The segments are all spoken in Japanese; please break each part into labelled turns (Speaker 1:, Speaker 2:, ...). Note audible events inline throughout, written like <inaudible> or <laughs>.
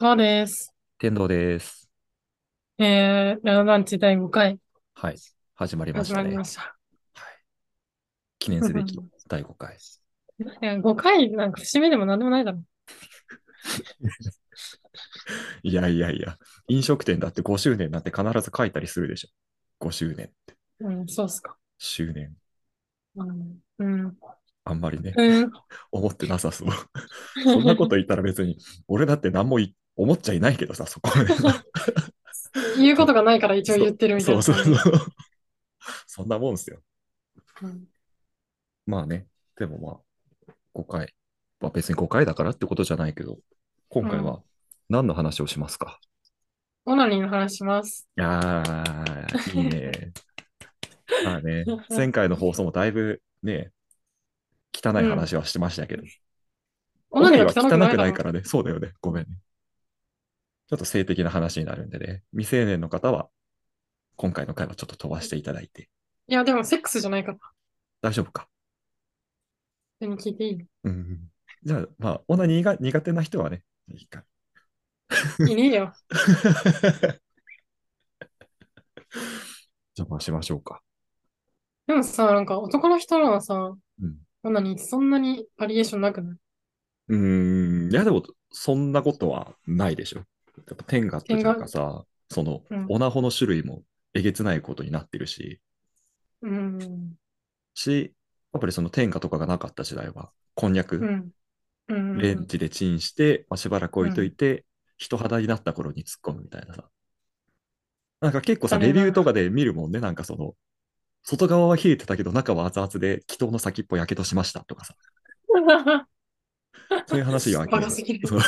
Speaker 1: そうです。
Speaker 2: 天童です。
Speaker 1: えー、ラランチ第5回
Speaker 2: はい。始まりま
Speaker 1: 始
Speaker 2: した
Speaker 1: まりま
Speaker 2: ね。
Speaker 1: した。
Speaker 2: はい。記念すべき第5回。
Speaker 1: 5回なんか節目でも何でもないだろ。
Speaker 2: いやいやいや、飲食店だって5周年だって必ず書いたりするでしょ。5周年、
Speaker 1: うん、そうっすか。
Speaker 2: 周年。
Speaker 1: うん。うん。
Speaker 2: あんまりね、
Speaker 1: うん
Speaker 2: 思ってなさそう。そんなこと言ったら別に、俺だって何もい思っちゃいないけどさ、そこまでさ。
Speaker 1: <laughs> <laughs> 言うことがないから一応
Speaker 2: そ
Speaker 1: 言っ
Speaker 2: う、
Speaker 1: てるみたい
Speaker 2: そう
Speaker 1: な
Speaker 2: そ
Speaker 1: 感
Speaker 2: う
Speaker 1: じ。
Speaker 2: そう。そんなもんすよ。
Speaker 1: うん
Speaker 2: まあね、でもまあ、5回。まあ別に5回だからってことじゃないけど、今
Speaker 1: う
Speaker 2: 回
Speaker 1: ん。
Speaker 2: は何の話をしますか
Speaker 1: オナニーの話します。
Speaker 2: いやー、いいね。まあ
Speaker 1: <laughs>
Speaker 2: ね、前回の放送もだいぶね、汚
Speaker 1: う
Speaker 2: い
Speaker 1: ん。
Speaker 2: 話はしてましたけど、
Speaker 1: オナ
Speaker 2: 本
Speaker 1: ニー
Speaker 2: 編
Speaker 1: が
Speaker 2: は
Speaker 1: 汚く
Speaker 2: 汚
Speaker 1: ない
Speaker 2: く
Speaker 1: だ
Speaker 2: ないか
Speaker 1: ろ。
Speaker 2: らね、そうだよね、ごめんね。ちょっと性的な話になるんでね、未成年の方は今回の回はちょっと飛ばしていただいて、
Speaker 1: いや、でもセックスじゃないから。
Speaker 2: 大丈夫か。
Speaker 1: でも聞いていいの
Speaker 2: うん。じゃあ、まあ、オナニーが苦手な人はね、いいか。 <laughs>
Speaker 1: いねえよ。
Speaker 2: じゃあ、まあしましょうか。
Speaker 1: でもさ、なんか男の人のはさ、
Speaker 2: うん。
Speaker 1: オナニーってそんなにバリエーションなくないう
Speaker 2: ーん、いやでも、そんなことはないでしょ。やっぱ天下って
Speaker 1: 点
Speaker 2: なん
Speaker 1: が、
Speaker 2: かさ、その、
Speaker 1: うん。
Speaker 2: オナホの種類もえげつないことになってるし、
Speaker 1: うん。
Speaker 2: し、やっぱりその天下とかがなかった時代は、こんにゃ
Speaker 1: う
Speaker 2: く、
Speaker 1: ん。うん。
Speaker 2: レ
Speaker 1: う
Speaker 2: ン
Speaker 1: ん。
Speaker 2: ジでチンして、まあ、しばらく置
Speaker 1: う
Speaker 2: いとい
Speaker 1: ん
Speaker 2: て、人肌になった頃に突っ込むみたいなさ。なんか結構さ、
Speaker 1: あ
Speaker 2: レ
Speaker 1: れ
Speaker 2: ビューと
Speaker 1: な。
Speaker 2: かで見るもんね、なんかその、外側は冷えてたけど、中は熱々で、気筒の先っぽやけどしましたとかさ、そういう話が
Speaker 1: バ
Speaker 2: 結
Speaker 1: カ
Speaker 2: 構、
Speaker 1: すぎ
Speaker 2: そ
Speaker 1: る。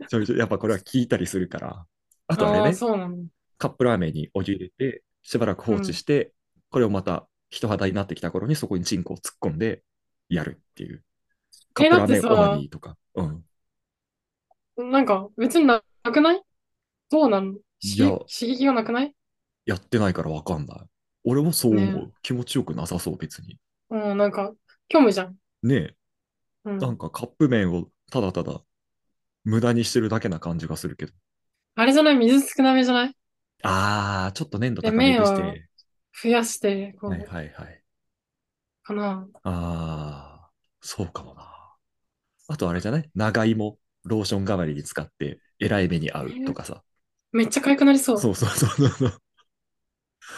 Speaker 2: う <laughs> ちょいちょいやっぱこれは聞いたりするから、あとあれ
Speaker 1: ああ、
Speaker 2: ね、
Speaker 1: そうなの。
Speaker 2: カップラーメンにお湯入れて、しばらく放
Speaker 1: う
Speaker 2: 置
Speaker 1: ん。
Speaker 2: して、これをまた人肌になってきた頃にそこにチンコを突っ込んでやるっていう、カッ
Speaker 1: え、
Speaker 2: プ
Speaker 1: だ
Speaker 2: ラ
Speaker 1: っ
Speaker 2: ー
Speaker 1: て
Speaker 2: メンオナニ
Speaker 1: さ、
Speaker 2: ーとか、うん。
Speaker 1: なんか別にな、なくないどうなの
Speaker 2: いや、
Speaker 1: 刺激、刺激がなくない
Speaker 2: やってないからわかんない。俺もそう思
Speaker 1: ね
Speaker 2: う。気持ちよくなさそう、別に。
Speaker 1: え。うん、なんか、虚無じゃん。
Speaker 2: ねえ、
Speaker 1: う
Speaker 2: なん
Speaker 1: ん。
Speaker 2: かカップ麺をただただ無駄にしてるだけな感じがするけど。
Speaker 1: あれじゃない水少なめじゃない
Speaker 2: あー、ちょっと粘度
Speaker 1: で、
Speaker 2: 高め
Speaker 1: 麺
Speaker 2: にし
Speaker 1: を
Speaker 2: て。
Speaker 1: 増やして、
Speaker 2: はい
Speaker 1: こう、
Speaker 2: はいはい。
Speaker 1: かな。
Speaker 2: あー、そうかもな。あとあれじゃない長芋、ローション代わりに使って、えらい目に合
Speaker 1: え
Speaker 2: うとかさ。
Speaker 1: めっちゃ痒くなりそ
Speaker 2: そうそうそうそう。 <laughs>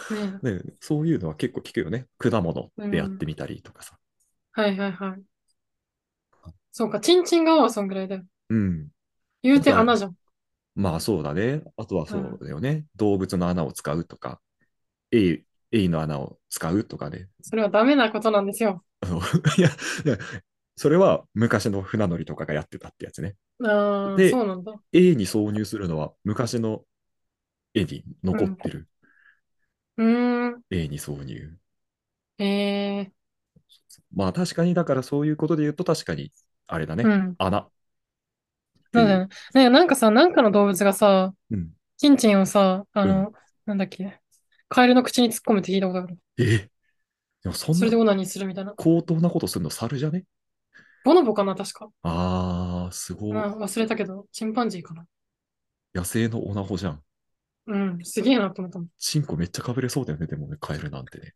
Speaker 1: う。ね
Speaker 2: ね、そういうのは結構聞くよね。果物
Speaker 1: え。う
Speaker 2: でやって
Speaker 1: ん。
Speaker 2: みたりとかさ。
Speaker 1: はいはいはい。そうか、チンチン側はそんぐらいだよ。
Speaker 2: うん。
Speaker 1: 言
Speaker 2: あ
Speaker 1: うて
Speaker 2: とは、
Speaker 1: 穴じゃん。
Speaker 2: まあそうだね。あとは
Speaker 1: う。
Speaker 2: そうんだよね。動物の穴を使うとか、エイ、エイの穴を使うとかね。
Speaker 1: それはダメなことなんですよ。
Speaker 2: あの <laughs> いや、いや、それは昔の船乗りとかがやってたってやつね。
Speaker 1: ああ、
Speaker 2: で、
Speaker 1: そうなんだ。
Speaker 2: エイに挿入するのは昔の絵に
Speaker 1: う
Speaker 2: 残っ
Speaker 1: ん。
Speaker 2: てる
Speaker 1: うーん。
Speaker 2: エイに挿入。
Speaker 1: ええ
Speaker 2: まあ確かに、だからそういうことで言うと確かに、あれだ
Speaker 1: う
Speaker 2: ね。
Speaker 1: ん。
Speaker 2: 穴って
Speaker 1: そう
Speaker 2: い
Speaker 1: だ
Speaker 2: う。
Speaker 1: よね。ね、なんかさ、なんかの動物がさ、
Speaker 2: うん、
Speaker 1: チンチンをさ、あ
Speaker 2: うん。
Speaker 1: の、なんだっけ、カエルの口に突っ込むって聞いたことある。
Speaker 2: えでもそん
Speaker 1: それ
Speaker 2: な
Speaker 1: でオナニーするみたいな。
Speaker 2: 高等なことするの猿じゃね
Speaker 1: ボノボかな、確か。
Speaker 2: あー、すごっ。
Speaker 1: あ、忘れたけど、チンパンジーかな。
Speaker 2: 野生のオナホじゃん。
Speaker 1: うん、すげえなと思ったもん。
Speaker 2: チンコめっちゃかぶれそうだよね、でもね、カエルなんてね。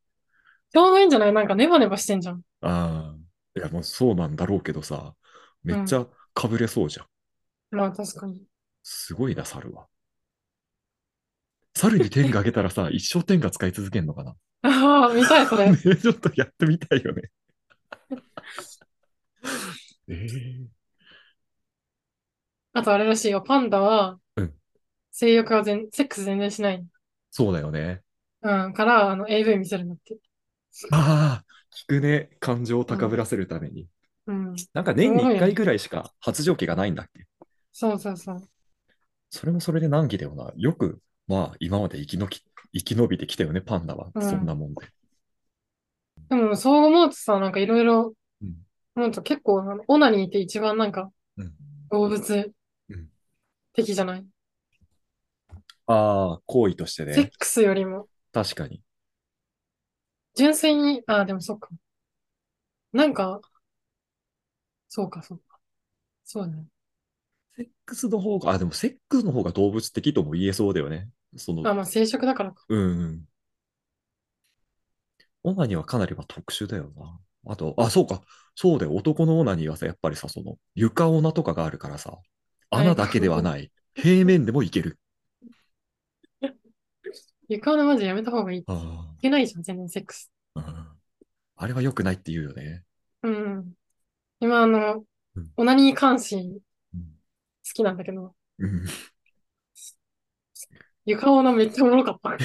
Speaker 1: ちょうどいいんじゃないなんかネバネバしてんじゃん。
Speaker 2: ああ、いや、もうそうなんだろうけどさ、め
Speaker 1: う
Speaker 2: っち
Speaker 1: ん。
Speaker 2: ゃかぶれそうじゃん。
Speaker 1: まあ確かに。 <laughs>
Speaker 2: すごいな、猿は。猿に天があげたら
Speaker 1: <laughs>
Speaker 2: さ、一生天が使い続けんのかな <laughs>
Speaker 1: ああ、見たい、それ。
Speaker 2: ね、ちょっとやってみた
Speaker 1: <laughs>
Speaker 2: いよね。ええ
Speaker 1: あとあれらしいよ。パンダは
Speaker 2: うん、
Speaker 1: 性欲は全、セックス全然しない。
Speaker 2: そうだよね。
Speaker 1: うん、から、あの、AV 見せるんだって。
Speaker 2: ああ、聞くね、感情を
Speaker 1: う
Speaker 2: 高ぶ
Speaker 1: ん、
Speaker 2: らせるために。
Speaker 1: うん。
Speaker 2: なんか
Speaker 1: お
Speaker 2: 年
Speaker 1: も
Speaker 2: に
Speaker 1: ろいよ
Speaker 2: 1回
Speaker 1: ね。
Speaker 2: ぐらいしか発情期がないんだっけ
Speaker 1: そうそうそう。
Speaker 2: それもそれで難儀だよな。よく、まあ、今まで生きのき、生き延びてきたよね、パンダは。
Speaker 1: う。
Speaker 2: そんなんもんで。
Speaker 1: でも、そう思うとさ、なんかいろいろ、
Speaker 2: うん、
Speaker 1: 思うと結構、あのオナニーって一番なんか、
Speaker 2: うん、
Speaker 1: 動物
Speaker 2: うん。
Speaker 1: 的じゃない
Speaker 2: ああ、行為として
Speaker 1: セッ
Speaker 2: ね。
Speaker 1: クスよりも、
Speaker 2: 確かに。
Speaker 1: 純粋に、ああ、でもそっか。なんか、そうか、そうか。そうだね。
Speaker 2: セックスの方が、あ、でもセックスの方が動物的とも言えそうだよね。その、
Speaker 1: あ、まあ、生殖だからか。
Speaker 2: うんうん。オナニーはかなりまあ特殊だよな。あと、あ、そうか。そうだよ。男のオナニーはさ、やっぱりさ、その、床オナとかがあるからさ、
Speaker 1: はい
Speaker 2: 穴だけではない。平面でもいける。
Speaker 1: 床のマジやめた方がいい。い
Speaker 2: あ
Speaker 1: けないじゃん、全然セックス。
Speaker 2: あ、うんあれは良くないって言うよね。
Speaker 1: うん。今、あの
Speaker 2: うん、
Speaker 1: オナニー関心
Speaker 2: うん
Speaker 1: 好きなんだけど、
Speaker 2: うん。
Speaker 1: 床オナめっちゃおもろかった。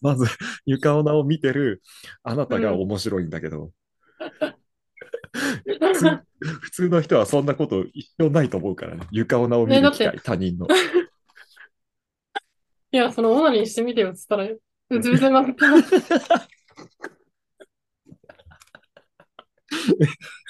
Speaker 2: まず、床オナを見てるあなたが面白いんだけど、普通普通の人はそんなこと一生ないと思うからね。床オナを見
Speaker 1: ねだ
Speaker 2: る
Speaker 1: っ
Speaker 2: 機
Speaker 1: て
Speaker 2: 会、他人の。
Speaker 1: <laughs> いや、そのオナニーしてみてよっつったら、うつ伏せになった。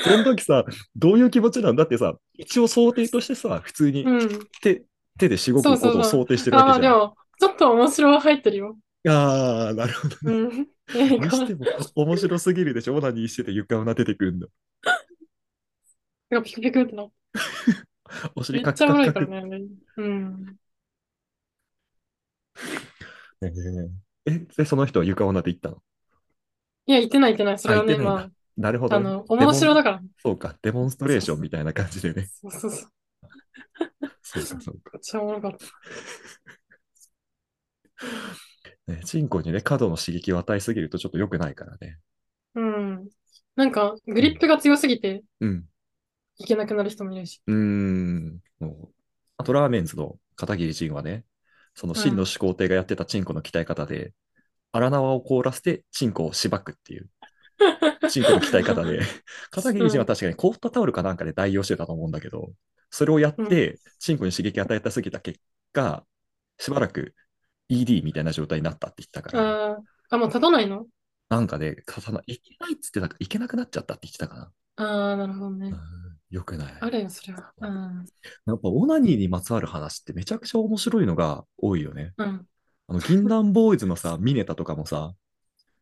Speaker 2: その時さ、どういう気持ちなんだってさ、一応想定 <laughs> としてさ、普通に
Speaker 1: うん。
Speaker 2: 手,、手でしごく
Speaker 1: そう
Speaker 2: こ
Speaker 1: そう
Speaker 2: とを
Speaker 1: そう
Speaker 2: 想定してる
Speaker 1: あ、ま
Speaker 2: わ
Speaker 1: あ
Speaker 2: けじ
Speaker 1: で
Speaker 2: ゃん。あ
Speaker 1: も、ちょっと面白は入ってるよ。
Speaker 2: あー、なるほど
Speaker 1: う
Speaker 2: ね。 <laughs>
Speaker 1: ん。
Speaker 2: にしても面白すぎるでしょ、オナニーしてて床をな出てく
Speaker 1: <laughs>
Speaker 2: るんだ。
Speaker 1: なんかピクピクってなって。
Speaker 2: お尻
Speaker 1: め
Speaker 2: カ
Speaker 1: っ
Speaker 2: ク
Speaker 1: ちゃおもろい
Speaker 2: カ
Speaker 1: か
Speaker 2: クカ
Speaker 1: ら
Speaker 2: ク。
Speaker 1: ね。あれうん。
Speaker 2: え、で、その人は床をなで行ったの
Speaker 1: いや、言ってない言ってない。それは
Speaker 2: あ言
Speaker 1: ね、
Speaker 2: ってないんだ
Speaker 1: ま
Speaker 2: なるほ
Speaker 1: あ、あ
Speaker 2: どね。
Speaker 1: の、面白だから。
Speaker 2: そうか、デモンストレーションみたいな感じでね。
Speaker 1: そうそうそう。
Speaker 2: そう
Speaker 1: め
Speaker 2: か、そうか。
Speaker 1: っちゃおもろかった。
Speaker 2: ね、チンコにね、過度の刺激を与えすぎるとちょっと良くないからね。
Speaker 1: うん。なんか、グリップが強すぎて
Speaker 2: うん。
Speaker 1: いけなくなる人もいるし。
Speaker 2: うーん。もうあと、ラーメンズの片桐仁はね、その真の始皇帝がやってたチンコの鍛え方で、荒縄を凍らせてチンコをしばくっ
Speaker 1: <laughs>
Speaker 2: ていう、チンコの鍛え方で、片桐仁は確かに凍ったタオルかなんかで代用してたと思うんだけど、それをやって、チンコに刺激与えたすぎた結果、しばらく ED みたいな状態になったって言ったから、
Speaker 1: あーあ、もう立たないの
Speaker 2: なんかね、重ない、いけないっつってたか、いけなくなっちゃったって言ってたかな。
Speaker 1: ああ、なるほどね
Speaker 2: うん。よくない。
Speaker 1: あるよ、それは。うん。
Speaker 2: やっぱオナニーにまつわる話ってめちゃくちゃ面白いのが多いよね。
Speaker 1: うん。
Speaker 2: あの、銀杏ボーイズのさ、ミネタとかもさ、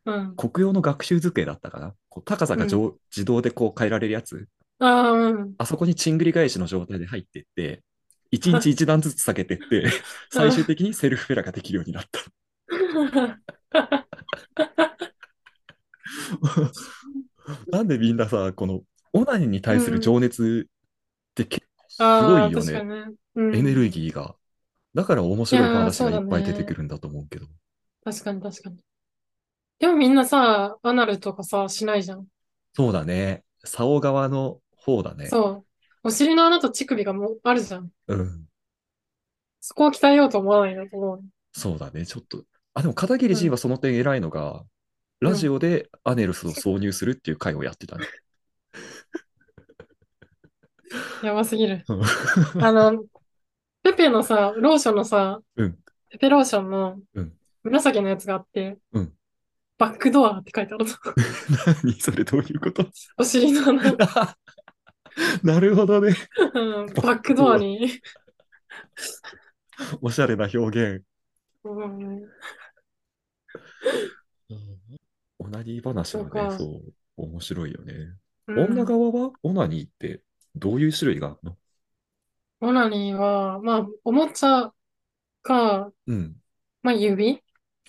Speaker 1: うん。
Speaker 2: 国用の学習机だったかな。こう高さがじょう自動でこう変えられるやつ。
Speaker 1: ああ、
Speaker 2: <laughs>
Speaker 1: うん。
Speaker 2: あそこにちんぐり返しの状態で入ってって、一日一段ずつ下げてって、 <laughs> 最終的にセルフフェラができるようになった。 <laughs> なんでみんなさ、このオナニーに対する情熱って結構すご
Speaker 1: ああ、
Speaker 2: いよ
Speaker 1: 確
Speaker 2: ね
Speaker 1: か。にね。うん。
Speaker 2: エネルギーが。だから面白い
Speaker 1: いやー
Speaker 2: 話
Speaker 1: そう
Speaker 2: がい
Speaker 1: だ
Speaker 2: っ
Speaker 1: ね
Speaker 2: ぱい出てくるんだと思うけど。
Speaker 1: 確かに確かに。でもみんなさ、アナルとかさ、しないじゃん。
Speaker 2: そうだね。竿側の方だね。
Speaker 1: そう。お尻の穴と乳首がもうあるじゃん。
Speaker 2: うん。
Speaker 1: そこを鍛えようと思わないなと思う。
Speaker 2: そうだね。ちょっと。あ、でも片桐仁はその点偉いのが、ラジオでアネルスを挿入するっていう回をやってたね。
Speaker 1: やばすぎる。
Speaker 2: うん
Speaker 1: あの、ペペのさ、ローションのさ、
Speaker 2: うん
Speaker 1: ペペローションの
Speaker 2: うん
Speaker 1: 紫のやつがあって、
Speaker 2: うん
Speaker 1: バックドアって書いて
Speaker 2: <laughs>
Speaker 1: ある。
Speaker 2: 何それどういうこと
Speaker 1: <laughs> お尻の
Speaker 2: <laughs>
Speaker 1: 穴、
Speaker 2: なるほどね。
Speaker 1: うんバックドアに。
Speaker 2: おしゃれな表現。
Speaker 1: うん
Speaker 2: オナニー話
Speaker 1: そ
Speaker 2: は
Speaker 1: う
Speaker 2: ね、
Speaker 1: か
Speaker 2: そう、面白いよね。
Speaker 1: うん
Speaker 2: 女側はオナニーってどういう種類があるの
Speaker 1: オナニーは、まあ、おもちゃか、
Speaker 2: うん。
Speaker 1: まあ、指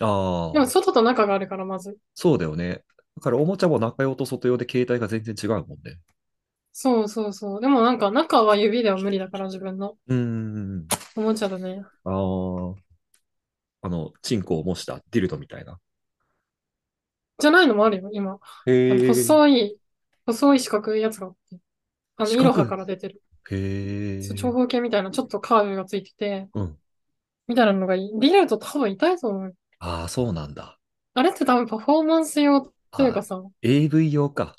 Speaker 2: あ
Speaker 1: でも、
Speaker 2: あ、
Speaker 1: 外と中があるから、まず。
Speaker 2: そうだよね。だからおもちゃも中用と外用で携帯が全然違うもんね。
Speaker 1: そうそうそう。でも、なんか、中は指では無理だから、自分の。
Speaker 2: うーん。
Speaker 1: おもちゃだね。
Speaker 2: ああ。あの、チンコを模したディルドみたいな。
Speaker 1: じゃないのもあるよ、今。あの
Speaker 2: へえ。
Speaker 1: 細い、細い四角いやつがあって。あの、
Speaker 2: 四
Speaker 1: イ
Speaker 2: 角
Speaker 1: ロ
Speaker 2: い
Speaker 1: ハから出てる。
Speaker 2: へえ。
Speaker 1: そう長方形みたいな、ちょっとカーブがついてて、
Speaker 2: うん。
Speaker 1: みたいなのがいい。リルと多分痛いと思う。
Speaker 2: ああ、そうなんだ。
Speaker 1: あれって多分パフォーマンス用というか
Speaker 2: あ
Speaker 1: さ、
Speaker 2: AV 用か。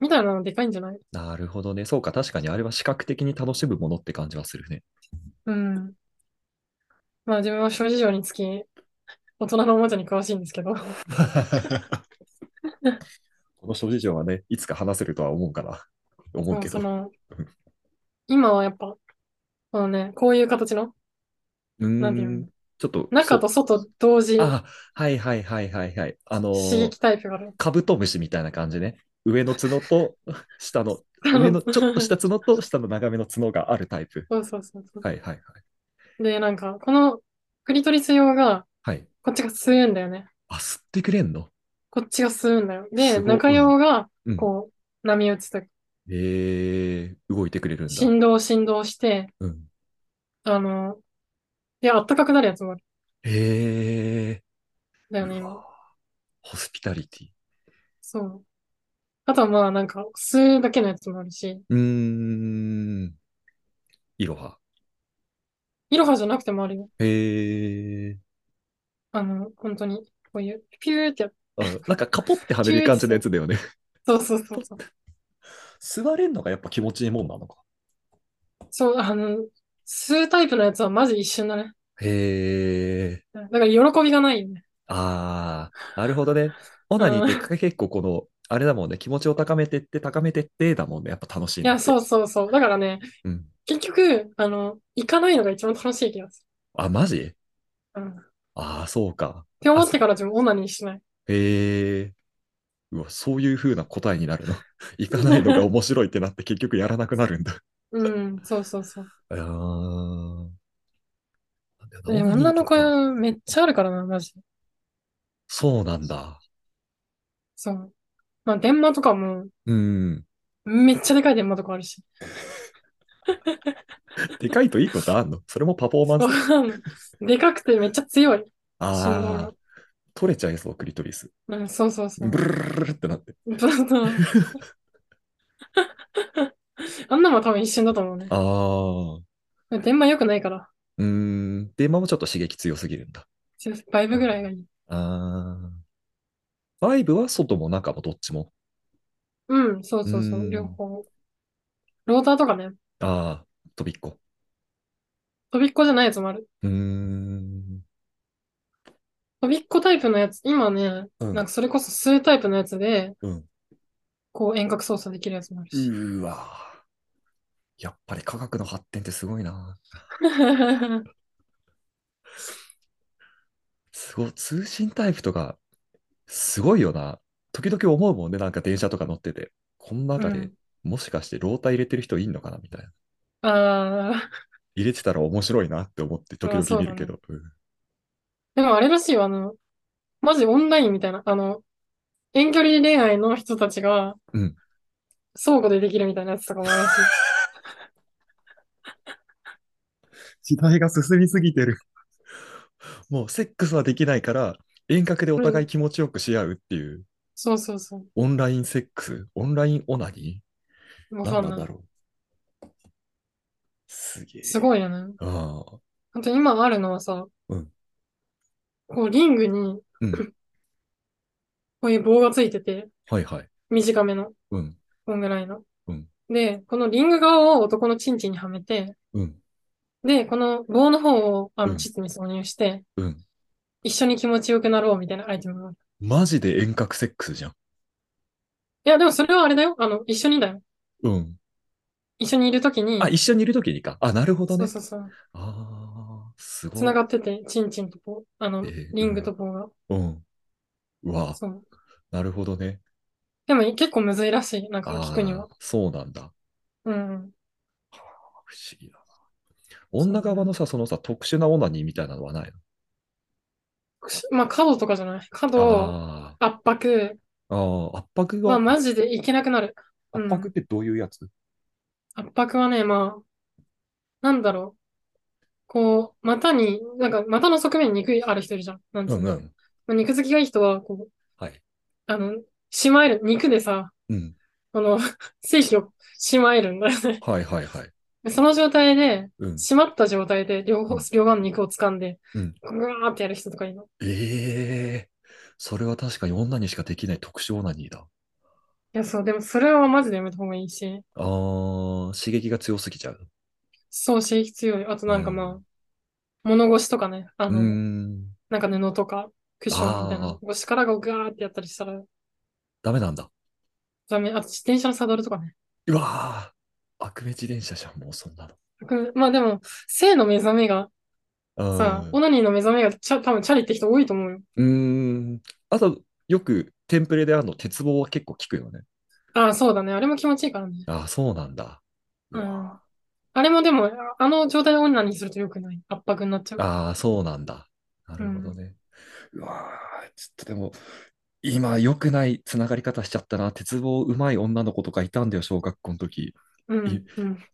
Speaker 1: みたいなのでかいんじゃない
Speaker 2: なるほどね。そうか、確かにあれは視覚的に楽しむものって感じはす
Speaker 1: <laughs>
Speaker 2: るね。
Speaker 1: うん。まあ自分は諸事情につき、大人のおもちゃに詳しいんですけど。
Speaker 2: この諸事情はね、いつか話せるとは思うかな。思う
Speaker 1: も
Speaker 2: け
Speaker 1: うそ
Speaker 2: ど。
Speaker 1: の
Speaker 2: うん、
Speaker 1: 今はやっぱ、このね、こういう形の、
Speaker 2: うーん
Speaker 1: なんていうの
Speaker 2: ちょっと、
Speaker 1: 中
Speaker 2: そ
Speaker 1: と外同時
Speaker 2: あ、はいはいはいはいはい。あのー
Speaker 1: 刺激タイプがある。
Speaker 2: カブトムシみたいな感じね。上の角
Speaker 1: <laughs>
Speaker 2: と下の、上のちょっとした角と下の長めの角があるタイプ。
Speaker 1: そうそうそうそう。
Speaker 2: はいはいはい。
Speaker 1: で、なんか、このクリトリス用が、
Speaker 2: はい。
Speaker 1: こっちが吸うんだよね。
Speaker 2: あ、吸ってくれんの
Speaker 1: こっちが吸うんだよ。
Speaker 2: す
Speaker 1: で、
Speaker 2: ごい
Speaker 1: 中用が、
Speaker 2: うん。
Speaker 1: こう、波打つというか
Speaker 2: えー、動いてくれるんだ。
Speaker 1: 振動振動して、
Speaker 2: うん。
Speaker 1: あの、で、あったかくなるやつもある
Speaker 2: え
Speaker 1: んだ
Speaker 2: ー、
Speaker 1: よね、
Speaker 2: う
Speaker 1: 今。
Speaker 2: わホスピタリティ。
Speaker 1: そう。あとはまあ、なんか、吸うだけのやつもあるし、
Speaker 2: うーん。いろは。
Speaker 1: イロハじゃなくてもあるよ。
Speaker 2: えー、
Speaker 1: あの、本当に、こういう、ピューってやっ
Speaker 2: あなんかカポってはめる感じのやつだよね。
Speaker 1: そうそうそうそう。
Speaker 2: 座れんのがやっぱ気持ちいいもんなのか。
Speaker 1: そう、あの、吸うタイプのやつはマジ一瞬だね。
Speaker 2: へえ。
Speaker 1: だから喜びがないよね。
Speaker 2: ああ、なるほどね。オナニーって結構この、あれだもんね、気持ちを高めてって、高めてって、だもんね、やっぱ楽しい
Speaker 1: い
Speaker 2: のっ
Speaker 1: や、
Speaker 2: て
Speaker 1: そうそうそう。だからね、
Speaker 2: うん。
Speaker 1: 結局、あの、行かないのが一番楽しい気がす
Speaker 2: あ、マジ
Speaker 1: る。うん。っ
Speaker 2: ああ、そうか。
Speaker 1: て思ってから自分オナニーしない。
Speaker 2: へえ。うわ、そういう風な答えになるの。行かないのが面白いってなって結局やらなくなるんだ。
Speaker 1: うん、そうそう
Speaker 2: <laughs>
Speaker 1: そう。
Speaker 2: あーなんだよな
Speaker 1: で
Speaker 2: オナニー
Speaker 1: 女の
Speaker 2: とか
Speaker 1: 子めっちゃあるからな、マジで。
Speaker 2: そうなんだ。
Speaker 1: そう。まあ、電話とかも、
Speaker 2: うん。
Speaker 1: めっちゃでかい電話とかあるし。
Speaker 2: でかいといいことあんのそれもパフォーマンス
Speaker 1: わかんない <laughs> でかくてめっちゃ強い。振動
Speaker 2: あ
Speaker 1: が
Speaker 2: あ、取れちゃいそう、クリトリス。
Speaker 1: うん、そうそうそう
Speaker 2: ブ。ルルルルってなって。
Speaker 1: そうそう
Speaker 2: <laughs>
Speaker 1: あんなもん多分一瞬だと思うね
Speaker 2: あ。あ、う
Speaker 1: 電話良くないから、
Speaker 2: ーん。で、今もちょっと刺激強すぎるんだ。
Speaker 1: バイブぐらいがいい。
Speaker 2: ああ。バイブは外も中もどっちも。
Speaker 1: うん、そうそうそうう、
Speaker 2: ん
Speaker 1: 両方。ローターとかね、
Speaker 2: ああ、飛びっこ。
Speaker 1: 飛びっこじゃないやつもある。
Speaker 2: うーん。
Speaker 1: 飛びっこタイプのやつ、今ね、
Speaker 2: うん
Speaker 1: なんかそれこそ吸うタイプのやつで、
Speaker 2: うん。
Speaker 1: こう遠隔操作できるやつもある
Speaker 2: う
Speaker 1: し。
Speaker 2: ーわー。やっぱり科学の発展ってすごいな。
Speaker 1: <laughs>
Speaker 2: すごい、通信タイプとか、すごいよな。時々思うもんね、なんか電車とか乗ってて。この中
Speaker 1: う
Speaker 2: で
Speaker 1: ん、
Speaker 2: もしかしてローター入れてる人いんのかなみたいな。
Speaker 1: ああ、
Speaker 2: 入れてたら面白いなって思って時
Speaker 1: あそ
Speaker 2: 々
Speaker 1: う
Speaker 2: 見
Speaker 1: だ
Speaker 2: る
Speaker 1: ね
Speaker 2: けど。うん
Speaker 1: でもあれらしいわ、あの、マジオンラインみたいな、あの、遠距離恋愛の人たちが
Speaker 2: うん、
Speaker 1: 相互でできるみたいなやつとかもあるらしい。 <laughs>
Speaker 2: 時代が進みすぎてる。 <laughs> もうセックスはできないから、遠隔でお互い気持ちよくし合うっていう、
Speaker 1: そうそうそう。
Speaker 2: オンラインセックス、オンラインオナニー
Speaker 1: わか
Speaker 2: 何
Speaker 1: ん
Speaker 2: な
Speaker 1: な
Speaker 2: んだ
Speaker 1: い。
Speaker 2: ろう。すげえ。
Speaker 1: す
Speaker 2: い。
Speaker 1: ごいよね。
Speaker 2: ああ。
Speaker 1: あと今あるのはさ、
Speaker 2: うん
Speaker 1: こうリングに
Speaker 2: うん。
Speaker 1: <laughs> こういう棒がついてて、
Speaker 2: はいはい。
Speaker 1: 短めの、
Speaker 2: うん。
Speaker 1: こんぐらいの
Speaker 2: うん。
Speaker 1: で、このリング側を男のチンチンにはめて、
Speaker 2: うん。で
Speaker 1: で、この棒の方をあ
Speaker 2: う
Speaker 1: の
Speaker 2: ん
Speaker 1: チッチに挿入して、
Speaker 2: うん。
Speaker 1: 一緒に気持ちよくなろうみたいなアイテムがある。
Speaker 2: マジで遠隔セックスじゃん。
Speaker 1: いや、でもそれはあれだよ。あの、一緒にだよ。
Speaker 2: うん。
Speaker 1: 一緒にいるときに
Speaker 2: あ、、一緒にいるときにか。あ、なるほ
Speaker 1: そ
Speaker 2: ど
Speaker 1: う
Speaker 2: ね。
Speaker 1: そうそう、
Speaker 2: ああ、すごい。
Speaker 1: 繋がってて、チンチンと棒、あの、
Speaker 2: えー
Speaker 1: リングと棒が。
Speaker 2: うん。うわ、
Speaker 1: そう。
Speaker 2: なるほどね。
Speaker 1: でも結構むずいらしい。なんか
Speaker 2: あ
Speaker 1: 聞くには
Speaker 2: あ。、そうなんだ。
Speaker 1: うん。
Speaker 2: 不思議だな。女側のさ、そのさ、特殊なオナニーみたいなのはないの
Speaker 1: まあ、角とかじゃない。角を
Speaker 2: あ
Speaker 1: 圧迫。
Speaker 2: ーあー、圧迫
Speaker 1: ま
Speaker 2: が、
Speaker 1: あ、マジでいけなくなる。うん
Speaker 2: 圧迫ってどういうやつ
Speaker 1: 圧迫はね、まあ、なんだろう。こう、股に、なんか、股の側面に肉ある人いるじゃん。なんつ
Speaker 2: う
Speaker 1: うん
Speaker 2: ん
Speaker 1: だ
Speaker 2: う
Speaker 1: ろう。
Speaker 2: ん。
Speaker 1: まあ肉付きがいい人は、こう、
Speaker 2: はい。
Speaker 1: あの、しまえる。肉でさ、
Speaker 2: うん。
Speaker 1: この、 <laughs> 精子をしまえるんだよね。
Speaker 2: はいはいはい。
Speaker 1: でその状態で、
Speaker 2: うん。
Speaker 1: しまった状態で、両方
Speaker 2: うん、
Speaker 1: 両側の肉を掴んで、
Speaker 2: うん
Speaker 1: ぐわーってやる人とかいるの。
Speaker 2: ええそれは確かに女にしかできない特殊オナニーだ。
Speaker 1: いや、そう、でもそれはマジでやめた方がいいし、
Speaker 2: あー、刺激が強すぎちゃう。
Speaker 1: そう、刺激強い。あとなんか
Speaker 2: う
Speaker 1: まあ
Speaker 2: ん、
Speaker 1: 物腰とかね、あ
Speaker 2: うー
Speaker 1: の、
Speaker 2: ん。
Speaker 1: なんか布とかクッションみたい
Speaker 2: あ
Speaker 1: な
Speaker 2: ー、
Speaker 1: 腰からがガーってやったりしたら
Speaker 2: ダメなんだ。
Speaker 1: ダメ。あと自転車のサドルとかね。
Speaker 2: うわー、悪夢自転車じゃん、もうそんなの。
Speaker 1: うんまあでも、性の目覚めがさ、
Speaker 2: う
Speaker 1: オナニーの目覚めがちゃ多分チャリって人多いと思うよ。
Speaker 2: ん。うーん。あと、よくテンプレであるの、鉄棒は結構効くよね。
Speaker 1: ああ、そうだね。あれも気持ちいいからね。
Speaker 2: ああ、そうなんだ。
Speaker 1: う
Speaker 2: うんわ。
Speaker 1: あれもでも、あの状態で女にすると良くない。圧迫になっちゃう。
Speaker 2: ああ、そうなんだ。なるほどね。うわーちょっとでも、今、良くないつながり方しちゃったな。鉄棒うまい女の子とかいたんだよ、小学校の時。
Speaker 1: うん、うん。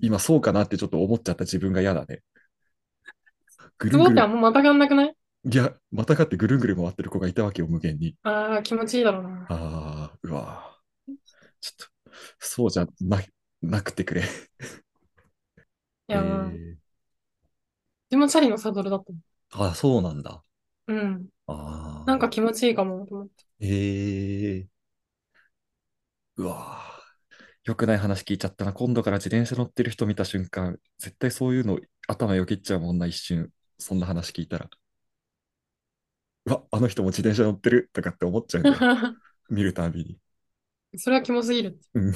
Speaker 2: 今、そうかなってちょっと思っちゃった自分が嫌だね。ぐ
Speaker 1: ツ
Speaker 2: るん
Speaker 1: ボ
Speaker 2: ぐ
Speaker 1: っては
Speaker 2: る
Speaker 1: もうまたがんなくない
Speaker 2: ん、いや、またがってぐるんぐるん回ってる子がいたわけよ、無限に。
Speaker 1: ああ、気持ちいいだろうな。
Speaker 2: ああ、うわーちょっと、そうじゃな、なくてくれ。
Speaker 1: い
Speaker 2: え
Speaker 1: や、まあ、
Speaker 2: ー、
Speaker 1: 自分チャリのサドルだったもん。
Speaker 2: ああ、そうなんだ。
Speaker 1: うん。
Speaker 2: あ
Speaker 1: なんか
Speaker 2: あ、
Speaker 1: 気持ちいいかも、と思
Speaker 2: <laughs>
Speaker 1: って。
Speaker 2: ええうわー良くない話聞いちゃったな。今度から自転車乗ってる人見た瞬間、絶対そういうの頭よぎっちゃうもんな、一瞬。そんな話聞いたら。うわ、あの人も自転車乗ってるとかって思っちゃうん
Speaker 1: <laughs>
Speaker 2: だよ。見るたびに。
Speaker 1: それはキモすぎる。
Speaker 2: うん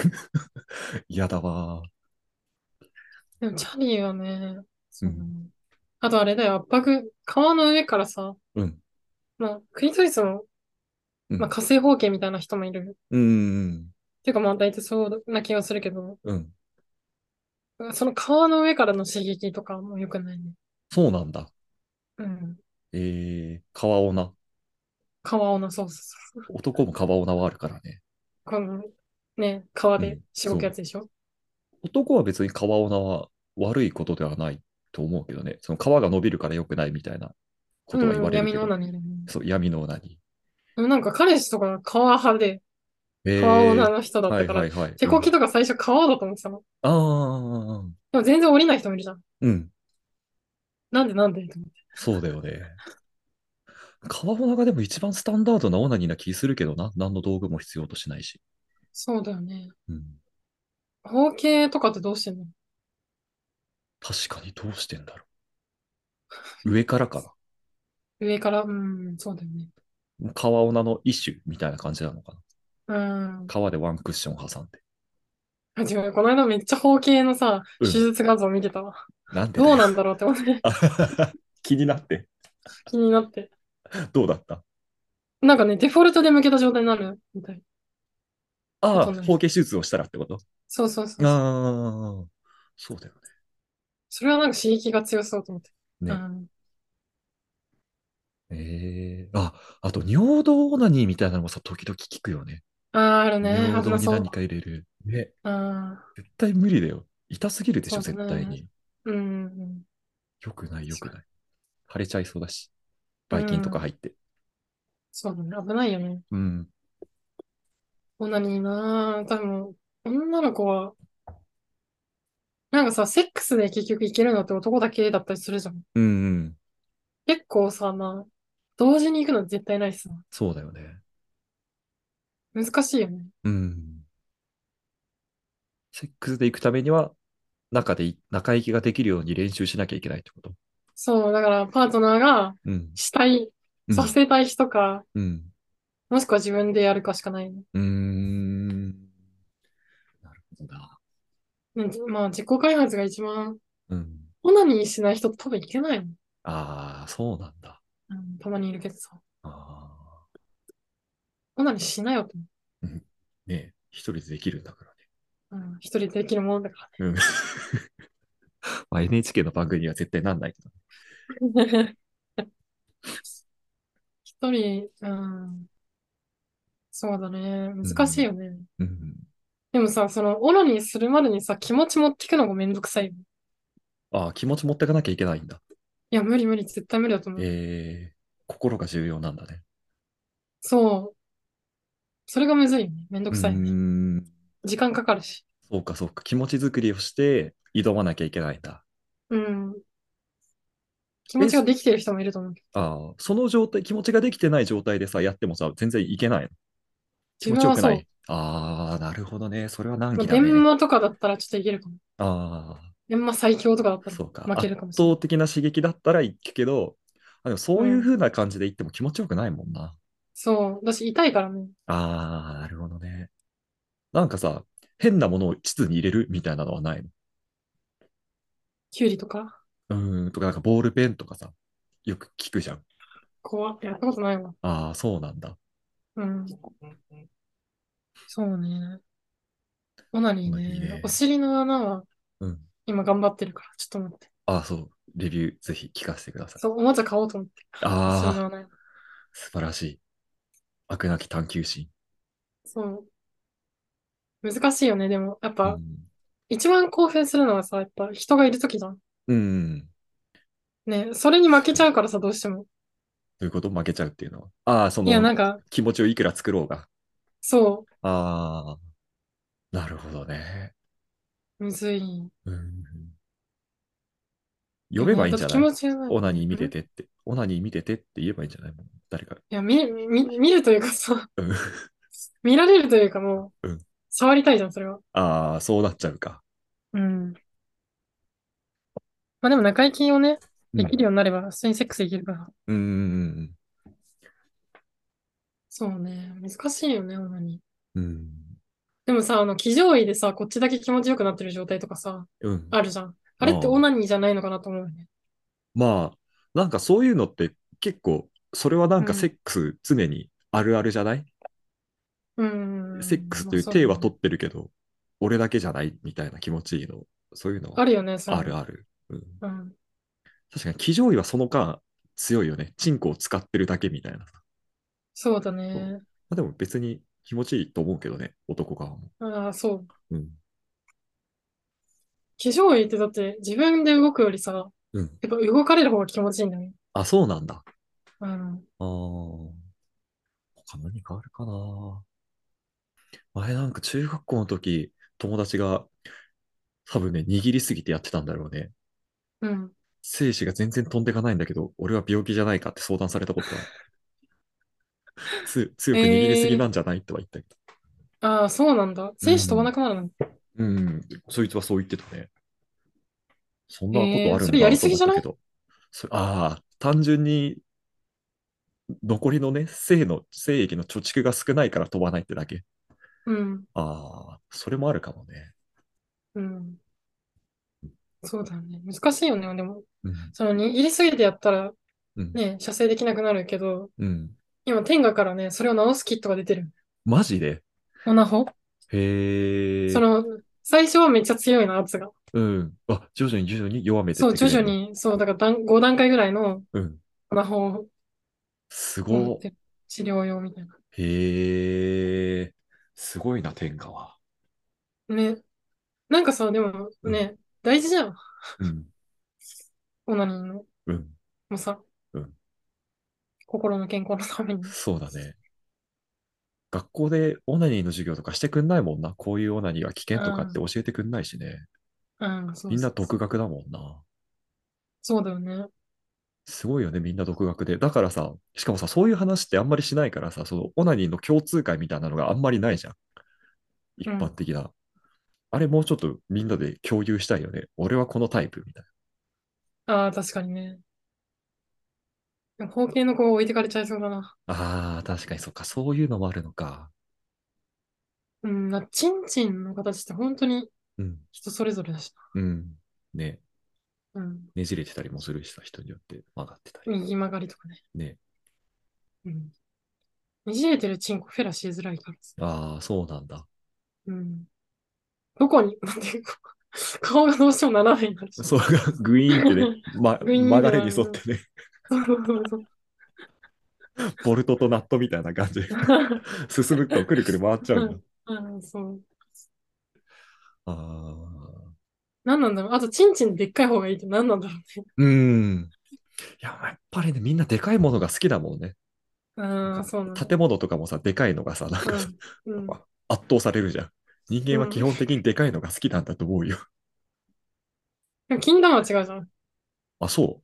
Speaker 2: <laughs> 嫌だわー。
Speaker 1: でも、チャリはね、そううだ
Speaker 2: ん。
Speaker 1: ね。あとあれだよ、圧迫、川の上からさ、
Speaker 2: うん。
Speaker 1: まあ、国統一の、
Speaker 2: う
Speaker 1: まあ、
Speaker 2: ん。
Speaker 1: 火星方形みたいな人もいる。
Speaker 2: うん。
Speaker 1: っていうか、まあ、大体そうな気がするけど、
Speaker 2: うん
Speaker 1: その川の上からの刺激とかも良くないね。
Speaker 2: そうなんだ。
Speaker 1: うん。
Speaker 2: えー、川オナ。
Speaker 1: 川をな、そうそうそう。
Speaker 2: 男も川オナはあるからね。
Speaker 1: この、ね、川
Speaker 2: う
Speaker 1: で
Speaker 2: ん。
Speaker 1: しご
Speaker 2: そ
Speaker 1: くや
Speaker 2: う。
Speaker 1: つでしょ
Speaker 2: 男は別に川オナは悪いことではないと思うけどね。その川が伸びるから良くないみたいなことは言
Speaker 1: う
Speaker 2: わ
Speaker 1: ん、
Speaker 2: れる
Speaker 1: 闇
Speaker 2: け
Speaker 1: の
Speaker 2: ど。
Speaker 1: 女にいるね。
Speaker 2: そう、闇のオナに。
Speaker 1: でもなんか彼氏とか川派で、川
Speaker 2: え
Speaker 1: 女
Speaker 2: え
Speaker 1: の人だっ
Speaker 2: は
Speaker 1: た
Speaker 2: い
Speaker 1: か
Speaker 2: は
Speaker 1: ら、
Speaker 2: いはい。
Speaker 1: 手
Speaker 2: う
Speaker 1: こき
Speaker 2: ん。
Speaker 1: とか最初川だと思ってたの。
Speaker 2: ああ、
Speaker 1: でも全然降りない人もいるじゃん。
Speaker 2: うん。
Speaker 1: なんでなんでと思って
Speaker 2: そうだよね。川オナがでも一番スタンダードなオナニーな気するけどな。何の道具も必要としないし。
Speaker 1: そうだよね。
Speaker 2: うん。
Speaker 1: 包茎とかってどうしてんの
Speaker 2: 確かにどうしてんだろう。上からか
Speaker 1: 上から、うん、そうだよね。
Speaker 2: な。川オナの一種みたいな感じなのかな。
Speaker 1: うん。
Speaker 2: 川でワンクッション挟んで。
Speaker 1: あ違う、この間めっちゃ包茎のさ、
Speaker 2: う
Speaker 1: 手
Speaker 2: ん。
Speaker 1: 術画像見てたわ。
Speaker 2: なんで
Speaker 1: ど
Speaker 2: だ
Speaker 1: う
Speaker 2: よ。
Speaker 1: なんだろうって思って <laughs>
Speaker 2: 気になって。
Speaker 1: 気になって。
Speaker 2: どうだった
Speaker 1: なんかね、デフォルトで向けた状態になるみたい。大
Speaker 2: ああ、
Speaker 1: 人
Speaker 2: 包
Speaker 1: に。
Speaker 2: 茎手術をしたらってこと
Speaker 1: そうそうそうそう。
Speaker 2: ああ、そうだよ
Speaker 1: それはなんか刺激が強そうと思って。う
Speaker 2: ね。
Speaker 1: ん。
Speaker 2: ね。ええあ、あと尿道オナニーみたいなのもさ、時々聞くよね。
Speaker 1: ああ、あるね。
Speaker 2: 尿
Speaker 1: 危
Speaker 2: 道
Speaker 1: な
Speaker 2: に
Speaker 1: そ
Speaker 2: 何
Speaker 1: う。
Speaker 2: か入れる。ね。
Speaker 1: ああ、
Speaker 2: 絶対無理だよ。痛すぎるでし
Speaker 1: そ
Speaker 2: ょ、
Speaker 1: うだ
Speaker 2: 絶
Speaker 1: ね。
Speaker 2: 対に。
Speaker 1: うん、うん。
Speaker 2: よくない、よ
Speaker 1: 確
Speaker 2: く
Speaker 1: かに。
Speaker 2: ない。腫れちゃいそうだし、
Speaker 1: う
Speaker 2: ばい菌とか
Speaker 1: ん。
Speaker 2: 入って。
Speaker 1: そうだね。危ないよね。
Speaker 2: うん。
Speaker 1: オナニーなあ。多分、女の子は、なんかさ、セックスで結局いけるのって男だけだったりするじゃん。
Speaker 2: うんうん。
Speaker 1: 結構さ、まあ、同時に行くの絶対ないしさ。
Speaker 2: そうだよね。
Speaker 1: 難しいよね。
Speaker 2: うん。セックスで行くためには、中でい、中行きができるように練習しなきゃいけないってこと。
Speaker 1: そう、だからパートナーが
Speaker 2: うん。
Speaker 1: したい、
Speaker 2: う
Speaker 1: さ
Speaker 2: ん。
Speaker 1: せたい人か、
Speaker 2: うん。
Speaker 1: もしくは自分でやるかしかないね。
Speaker 2: うーん。なるほどな。
Speaker 1: うんまあ、自己開発が一番、
Speaker 2: うん。
Speaker 1: オナニーしない人多分いけないもん。
Speaker 2: ああ、そうなんだ。
Speaker 1: うん、たまにいるけどさ。
Speaker 2: ああ。
Speaker 1: オナニーしなよって。
Speaker 2: うんねえ、一人でできるんだからね。
Speaker 1: うん、一人でできるものだか
Speaker 2: うん。 <laughs> まあ、NHK の番組には絶対なんないけど。
Speaker 1: ら <laughs> ね。一人、うん、そうだね。
Speaker 2: う
Speaker 1: 難しい
Speaker 2: ん。
Speaker 1: よね。
Speaker 2: うん。
Speaker 1: でもさ、その、オナニーするまでにさ、気持ち持ってくのがめんどくさいよ。
Speaker 2: ああ、気持ち持ってかなきゃいけないんだ。
Speaker 1: いや、無理無理、絶対無理だと思う。
Speaker 2: ええ、心が重要なんだね。
Speaker 1: そう。それがむずいよね。めんど
Speaker 2: う
Speaker 1: く
Speaker 2: ー
Speaker 1: さいよね。
Speaker 2: ん。
Speaker 1: 時間かかるし。
Speaker 2: そうか、そうか。気持ち作りをして挑まなきゃいけないんだ。
Speaker 1: うん。気持
Speaker 2: え、
Speaker 1: ちが
Speaker 2: そ
Speaker 1: できてる人もいると思うけど。
Speaker 2: ああ、その状態、気持ちができてない状態でさ、やってもさ、全然いけないの。気
Speaker 1: 自分
Speaker 2: 持ちよ
Speaker 1: は
Speaker 2: くな
Speaker 1: そう。
Speaker 2: い。ああ、なるほどね。それは
Speaker 1: ま
Speaker 2: 難
Speaker 1: あ、
Speaker 2: 儀だ
Speaker 1: 電
Speaker 2: ね。
Speaker 1: 話とかだったらちょっといけるかも。
Speaker 2: ああ。
Speaker 1: 電話最強とかだったら
Speaker 2: そうか、
Speaker 1: 負け
Speaker 2: 圧
Speaker 1: るかもし
Speaker 2: 倒的な刺激だったら行くけど、あ、でもそ
Speaker 1: れな
Speaker 2: う
Speaker 1: いい。う。
Speaker 2: うん風な感じで行っても気持ちよくないもんな。
Speaker 1: そう。私痛いからね。
Speaker 2: ああ、なるほどね。なんかさ、変なものを膣に入れるみたいなのはないの
Speaker 1: キュウリとか。
Speaker 2: うーん、とか、なんかボールペンとかさ、よく聞くじゃん。
Speaker 1: 怖っ。やったことないわ。
Speaker 2: ああ、そうなんだ。
Speaker 1: うん。そうね。オナニー
Speaker 2: オナニ
Speaker 1: ね
Speaker 2: ーね。
Speaker 1: お尻の穴は
Speaker 2: うん。
Speaker 1: 今頑張ってるから、ちょっと待って。
Speaker 2: あ、そう。レビューぜひ聞かせてください。
Speaker 1: そう、おもちゃ買おうと思って。お尻の
Speaker 2: ああ、
Speaker 1: 穴。
Speaker 2: 素晴らしい。飽くなき探求心。
Speaker 1: そう。難しいよね。でも、やっぱ、
Speaker 2: うん
Speaker 1: 一番興奮するのはさ、やっぱ人がいるときだ。
Speaker 2: うん。
Speaker 1: ね、それに負けちゃうからさ、どうしても。
Speaker 2: どういうこと負けちゃうっていうのは。ああ、そ
Speaker 1: いや、な
Speaker 2: の
Speaker 1: んか、
Speaker 2: 気持ちをいくら作ろうが。
Speaker 1: そ
Speaker 2: ああ、なるほどね。
Speaker 1: う、むずい。
Speaker 2: うん読めばいいんじゃない
Speaker 1: だって気持ちがない。い
Speaker 2: オナニー見ててって、オナニー見ててって言えばいいんじゃないもう誰か。
Speaker 1: や、見、見、見るという <laughs> かさ、
Speaker 2: うん
Speaker 1: 見られるというかもう、
Speaker 2: うん
Speaker 1: 触りたいじゃん、それは。
Speaker 2: ああ、そうなっちゃうか。
Speaker 1: うん。まあでも中行きをね、
Speaker 2: うん
Speaker 1: できるようになれば、普通にセックスできるから。
Speaker 2: うんうん
Speaker 1: そうね、難しいよね、オナニー。
Speaker 2: うんうん。
Speaker 1: でもさ、あの、騎乗位でさ、こっちだけ気持ちよくなってる状態とかさ、
Speaker 2: うん。うん。
Speaker 1: あるじゃん。あれって
Speaker 2: うん
Speaker 1: オナニーじゃないのかなと思うよね。
Speaker 2: まあ、なんかそういうのって結構、それはなんか
Speaker 1: うん
Speaker 2: セックス常にあるあるじゃない、
Speaker 1: うん。
Speaker 2: セックスという
Speaker 1: まあ
Speaker 2: 体は
Speaker 1: そう
Speaker 2: 取ってるけど、俺だけじゃないみたいな気持ちいいの。そういうのは
Speaker 1: あるよね、それ
Speaker 2: あるある。うん、
Speaker 1: うん。
Speaker 2: 確かに、騎乗位はその間強いよね。チンコを使ってるだけみたいな。ま
Speaker 1: そうだね。
Speaker 2: あ、でも別に気持ちいいと思うけどね、男側も。
Speaker 1: ああ、そう。
Speaker 2: うん。
Speaker 1: 化粧位ってだって自分で動くよりさ、やっ
Speaker 2: うん。
Speaker 1: ぱ動かれる方が気持ちいいんだよね。
Speaker 2: あ、そうなんだ。
Speaker 1: うん。
Speaker 2: ああ。他何かあるかな。前なんか中学校の時、友達が多分ね、握りすぎてやってたんだろうね。
Speaker 1: うん。
Speaker 2: 精子が全然飛んでかないんだけど、俺は病気じゃないかって相談されたこ
Speaker 1: <laughs>
Speaker 2: とがある。つ強く握りすぎなんじゃないとは言ったけど。
Speaker 1: ああ、そうなんだ。精子飛ばなくなるの。
Speaker 2: うん、そいつはそう言ってたね。そんなこと
Speaker 1: えー
Speaker 2: ある
Speaker 1: そ
Speaker 2: んだ
Speaker 1: れやりすぎじゃない
Speaker 2: と思ったけどそああ、単純に残りのね、性の、精液の貯蓄が少ないから飛ばないってだけ。
Speaker 1: うん。
Speaker 2: ああ、それもあるかもね。
Speaker 1: うん。そうだよね。難しいよね。でも、
Speaker 2: うん、
Speaker 1: その握りすぎてやったら
Speaker 2: うん、
Speaker 1: ね、射精できなくなるけど、
Speaker 2: うん。
Speaker 1: 今天下からね、それを直すキットが出てる。
Speaker 2: マジで
Speaker 1: オナホ
Speaker 2: へえ。
Speaker 1: その、最初はめっちゃ強いの、圧が。
Speaker 2: うん。あ、徐々に徐々に弱めてって
Speaker 1: そう、
Speaker 2: くれ
Speaker 1: 徐
Speaker 2: る
Speaker 1: 々に、そう、だから段5段階ぐらいの
Speaker 2: の。うん。
Speaker 1: オナホを
Speaker 2: す
Speaker 1: 持
Speaker 2: ご
Speaker 1: ってる。治療用みたいな。
Speaker 2: い。へえ。すごいな、天下は。
Speaker 1: ね。なんかさ、でもね、大事じゃん。
Speaker 2: うん。
Speaker 1: オナニーの。も
Speaker 2: うん。
Speaker 1: うさ、
Speaker 2: うん
Speaker 1: 心の健康のために。
Speaker 2: そうだね。学校でオナニーの授業とかしてくんないもんな。こういうオナニーは危険とかって教えてくんないしね。
Speaker 1: うん、そう
Speaker 2: みんな
Speaker 1: そうそう
Speaker 2: 独学だもんな。
Speaker 1: そうだよね。
Speaker 2: すごいよね、みんな独学で。だからさ、しかもさ、そういう話ってあんまりしないからさ、そのオナニーの共通会みたいなのがあんまりないじゃん。一般的な。あれもうちょっとみんなで共有したいよね。俺はこのタイプみたい
Speaker 1: ああ、確かにね。包茎の子を置いてかれちゃいそうだな。
Speaker 2: な。ああ、確かにそっか、そういうのもあるのか。
Speaker 1: うん、な、ちんちんの形って本当に
Speaker 2: うん、
Speaker 1: 人それぞれだし
Speaker 2: うん。ね、
Speaker 1: な。うん。
Speaker 2: ねじれてたりもするしさ、人によって曲がってたり。
Speaker 1: 右曲がりとかね。
Speaker 2: ね。
Speaker 1: うん。ねじれてるチンコフェラしづらいからさ。
Speaker 2: ああ、そうなんだ。
Speaker 1: うん。どこに、 <laughs> なんていうか、顔がどうしても斜めになるし。
Speaker 2: そう、グイーンっ
Speaker 1: <laughs>
Speaker 2: てね、ま、
Speaker 1: グイーン
Speaker 2: 曲がれに沿ってね、
Speaker 1: そうそうそうそう。
Speaker 2: ボルトとナットみたいな感
Speaker 1: <laughs>
Speaker 2: じで進むとくるくる回っちゃうんだ。
Speaker 1: うん、 <laughs> そう。
Speaker 2: ああ。
Speaker 1: 何なんだろう。あと、ちんちんでっかい方がいいって何なんだろうね。
Speaker 2: うん。いや、やっぱりね、みんなでかいものが好きだもんね。
Speaker 1: ああ、そうなんだ。
Speaker 2: 建物とかもさ、でかいのがさ、なんかさ
Speaker 1: うん。うん。
Speaker 2: 圧倒されるじゃん。人間は
Speaker 1: うん
Speaker 2: 基本的にでかいのが好きなんだと思うよ。
Speaker 1: でも金玉は違うじゃん。
Speaker 2: あ、そ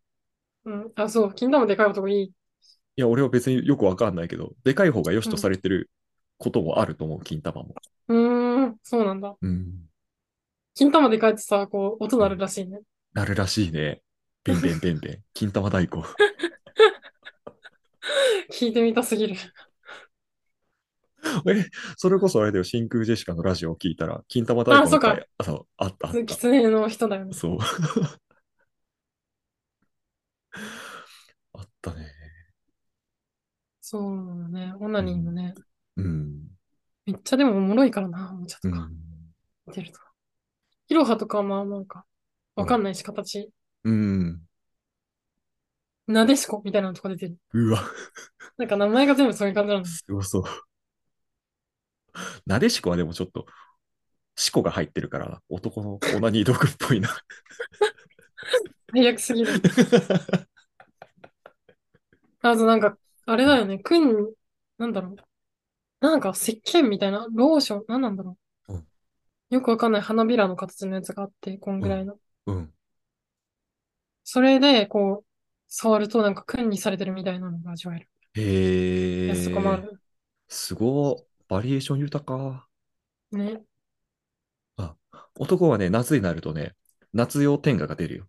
Speaker 2: う。
Speaker 1: うん。あ、そう。金玉でかい男いい。
Speaker 2: いや、俺は別によくわかんないけど、でかい方が良しとされてることもあると思う、金玉も。
Speaker 1: うーん、そうなんだ。
Speaker 2: うん。
Speaker 1: 金玉でかいってさ、こう、音鳴るらしいね。
Speaker 2: なるらしいね。べんべんべ
Speaker 1: <laughs>
Speaker 2: んべん。金玉太鼓。
Speaker 1: 聞いてみたすぎる。
Speaker 2: え、それこそあれだよ、真空ジェシカのラジオを聞いたら、金玉太鼓の
Speaker 1: あそ
Speaker 2: 回、あ、そう、あった、あっ
Speaker 1: キツネの人だよ
Speaker 2: た。
Speaker 1: ね。
Speaker 2: そう。 <laughs> あったね。
Speaker 1: そうね。オナニーもね。
Speaker 2: うん。
Speaker 1: めっちゃでもおもろいからな、おもちゃ
Speaker 2: う
Speaker 1: とか。
Speaker 2: ん。
Speaker 1: 出ると。いろはとかはまあなんか、わかんないし、形。
Speaker 2: うん。
Speaker 1: なでしこみたいなのとか出てる。
Speaker 2: うわ、
Speaker 1: なんか名前が全部そういう感じなの。
Speaker 2: すごそう。なでしこはでもちょっと、しこが入ってるから、男のオナニー道具っぽいな。
Speaker 1: <laughs> 最悪すぎる。あとなんか、あれだよね、くん、なんだろう。なんか石鹸みたいな、ローション、なんなんだろう。
Speaker 2: うん
Speaker 1: よくわかんない花びらの形のやつがあって、こんぐらいの。
Speaker 2: うん。
Speaker 1: それで、こう、触るとなんか訓にされてるみたいなのが味わえる。
Speaker 2: へ
Speaker 1: やつとかもあ
Speaker 2: え。
Speaker 1: る。
Speaker 2: すごい。バリエーション豊か。
Speaker 1: ね。
Speaker 2: あ、男はね、夏になるとね、夏用天下が出るよ。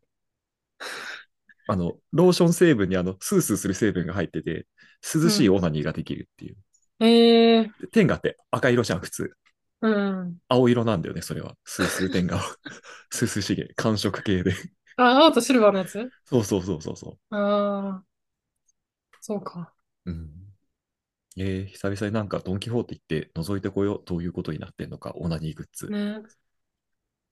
Speaker 2: あの、ローション成分にあの、スースーする成分が入ってて、涼しいオナニーができるっていう。
Speaker 1: ええ
Speaker 2: で天下って赤色じゃん、普通。
Speaker 1: うん。
Speaker 2: 青色なんだよね、それは。スースー天下は。 <laughs> スースー資源、寒色系で。 <laughs>
Speaker 1: あ、青とシルバーのやつ
Speaker 2: そうそうそうそうそ
Speaker 1: ああ。そうか。
Speaker 2: う。うん。えー、久々になんかドン・キホーテ行って覗いてこよう。どういうことになってんのか、オナニーグッズ。
Speaker 1: ね。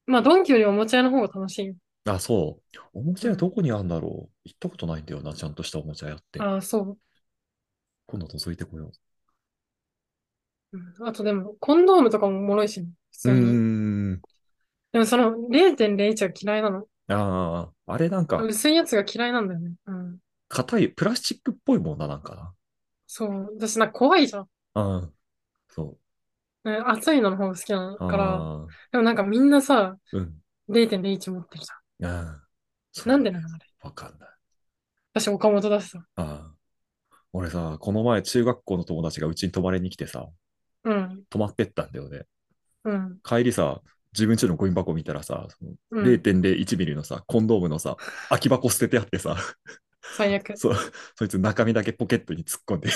Speaker 1: まあ、ドンキよりおもちゃ屋の方が楽しいよ。
Speaker 2: あ、そう。おもちゃ屋どこにあるんだろう。行ったことないんだよな、ちゃんとしたおもちゃ屋って。
Speaker 1: ああ、そう。
Speaker 2: 今度覗いてこよう。
Speaker 1: うんあとでも、コンドームとかもおもろいしね、普
Speaker 2: う
Speaker 1: 通に。
Speaker 2: ーん。
Speaker 1: でもその0.01は嫌いなの。
Speaker 2: ああ、あれなんか、
Speaker 1: 薄いやつが嫌いなんだよね。うん。
Speaker 2: 硬い、プラスチックっぽいもんな、なんか
Speaker 1: そう。私なんか怖いじゃん。
Speaker 2: な。うん。そう。
Speaker 1: ね、熱いのの方が好きなのから。
Speaker 2: ああ、
Speaker 1: でもなんかみんなさ、
Speaker 2: うん。
Speaker 1: 0.01持ってるじ
Speaker 2: ああ、
Speaker 1: ゃん。なんでなのあれ。
Speaker 2: わかんない。
Speaker 1: 私、岡本だしさ。
Speaker 2: ああ。俺さ、この前、中学校の友達がうちに泊まりに来てさ、
Speaker 1: うん。
Speaker 2: 泊まってったんだよね。
Speaker 1: うん。
Speaker 2: 帰りさ、自分家のゴミ箱見たらさ、その
Speaker 1: うん。
Speaker 2: 0.01ミリのさ、コンドームのさ、空き箱捨ててあってさ、 <laughs>
Speaker 1: 最悪。 <laughs>
Speaker 2: そう、そいつ中身だけポケットに突っ込んで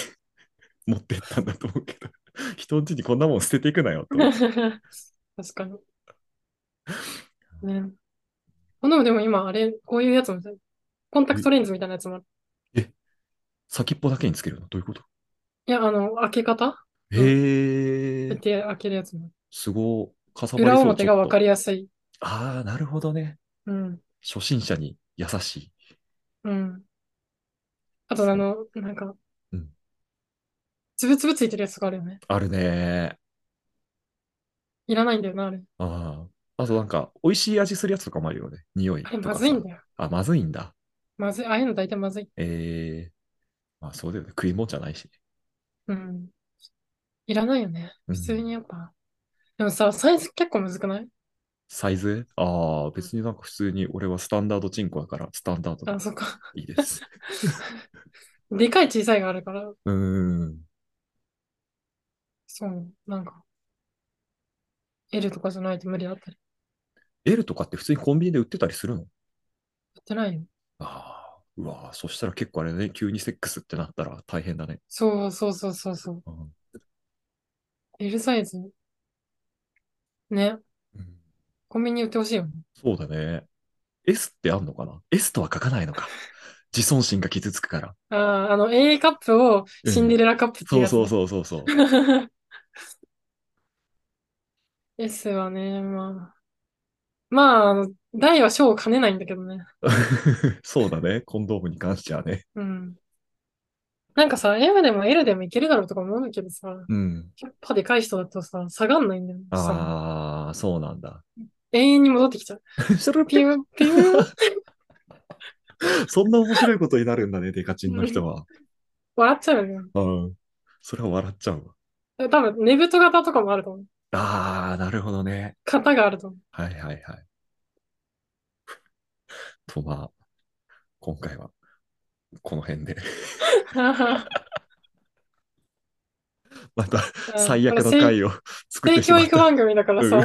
Speaker 2: 持ってったんだと思うけど、人ん家にこんなもん捨てていくなよと思って。
Speaker 1: 確かに。ね。このでも今、あれ、こういうやつも、コンタクトレンズみたいなやつもある。
Speaker 2: 先っぽだけにつけるのどういうこと
Speaker 1: いや、あの、開け方うん
Speaker 2: へえ、
Speaker 1: 手開けるやつもある。
Speaker 2: すごい。かさばり
Speaker 1: 裏
Speaker 2: そう
Speaker 1: 表
Speaker 2: ちょ
Speaker 1: が
Speaker 2: っ
Speaker 1: 分
Speaker 2: と
Speaker 1: かりやすい。
Speaker 2: ああ、なるほどね。
Speaker 1: うん。
Speaker 2: 初心者に優しい。
Speaker 1: うん。あと、あの、なんか
Speaker 2: うん、
Speaker 1: つぶつぶついてるやつとかあるよね。
Speaker 2: あるね
Speaker 1: いらないんだよな、あれ。
Speaker 2: ああ。あとなんか、美味しい味するやつとかもあるよね。匂い
Speaker 1: あれ、
Speaker 2: と
Speaker 1: ま
Speaker 2: か
Speaker 1: ずい
Speaker 2: さ
Speaker 1: ん。だよ。
Speaker 2: あ、まずいんだ。
Speaker 1: まずい。ああいうの大体まずい。
Speaker 2: ええまあそうだよね。食い物じゃないしね。
Speaker 1: うん。いらないよね。
Speaker 2: うん
Speaker 1: 普通にやっぱ。でもさ、サイズ結構むずくない
Speaker 2: サイズああ、別になんか普通に俺はスタンダードチンコだから、スタンダード
Speaker 1: あ、
Speaker 2: で
Speaker 1: そっか。
Speaker 2: いいです。
Speaker 1: でかい小さいがあるから、
Speaker 2: うーん。
Speaker 1: そう、なんか、L とかじゃないと無理だったり。
Speaker 2: L とかって普通にコンビニで売ってたりするの
Speaker 1: やってないよ。
Speaker 2: ああ、うわあ、そしたら結構あれだね、急にセックスってなったら大変だね。
Speaker 1: そうそうそうそうそう。
Speaker 2: うん。
Speaker 1: L サイズ。ね。
Speaker 2: うん
Speaker 1: コンビニ売ってほしいよね。
Speaker 2: そうだね。S ってあんのかな ?S とは書かないのか。自尊心が傷つくから。
Speaker 1: ああ、あの、A カップをシンデレラカップって
Speaker 2: そ
Speaker 1: いう
Speaker 2: う
Speaker 1: やつね
Speaker 2: そうそうそう <laughs> そう。
Speaker 1: <laughs> S はね、まあ。まああの、大は小を兼ねないんだけどね。
Speaker 2: そうだね。コンドームに関してはね。
Speaker 1: うん。なんかさ、M でも L でもいけるだろうとか思うんだけどさ、
Speaker 2: うん。
Speaker 1: キャッパでかい人だとさ、下がんないんだよね。さ
Speaker 2: ああ、そうなんだ。
Speaker 1: 永遠に戻ってきちゃう。
Speaker 2: それ
Speaker 1: ピ
Speaker 2: <laughs>
Speaker 1: ュン、ピュン、
Speaker 2: そんな面白いことになるんだね、デカチンの人は。
Speaker 1: 笑っちゃうよね。
Speaker 2: うん。それは笑っちゃうわ。
Speaker 1: 多分、寝太型とかもあると思う。
Speaker 2: ああ、なるほどね。
Speaker 1: 型があると思う。
Speaker 2: はいはいはい。とまあ、今回は、この辺で。また、最悪の
Speaker 1: を
Speaker 2: 回を作ってし
Speaker 1: 教
Speaker 2: まっ
Speaker 1: 育
Speaker 2: た。
Speaker 1: 番組だからさ、
Speaker 2: うん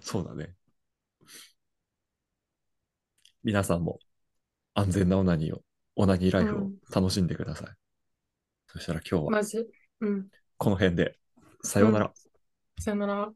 Speaker 2: そうだね。皆さんも安全なオナニーを、オナニーライフ
Speaker 1: う
Speaker 2: を
Speaker 1: ん
Speaker 2: 楽しんでください。そしたら今日は
Speaker 1: マジ。うん。
Speaker 2: この辺で、さようなら。
Speaker 1: さよなら。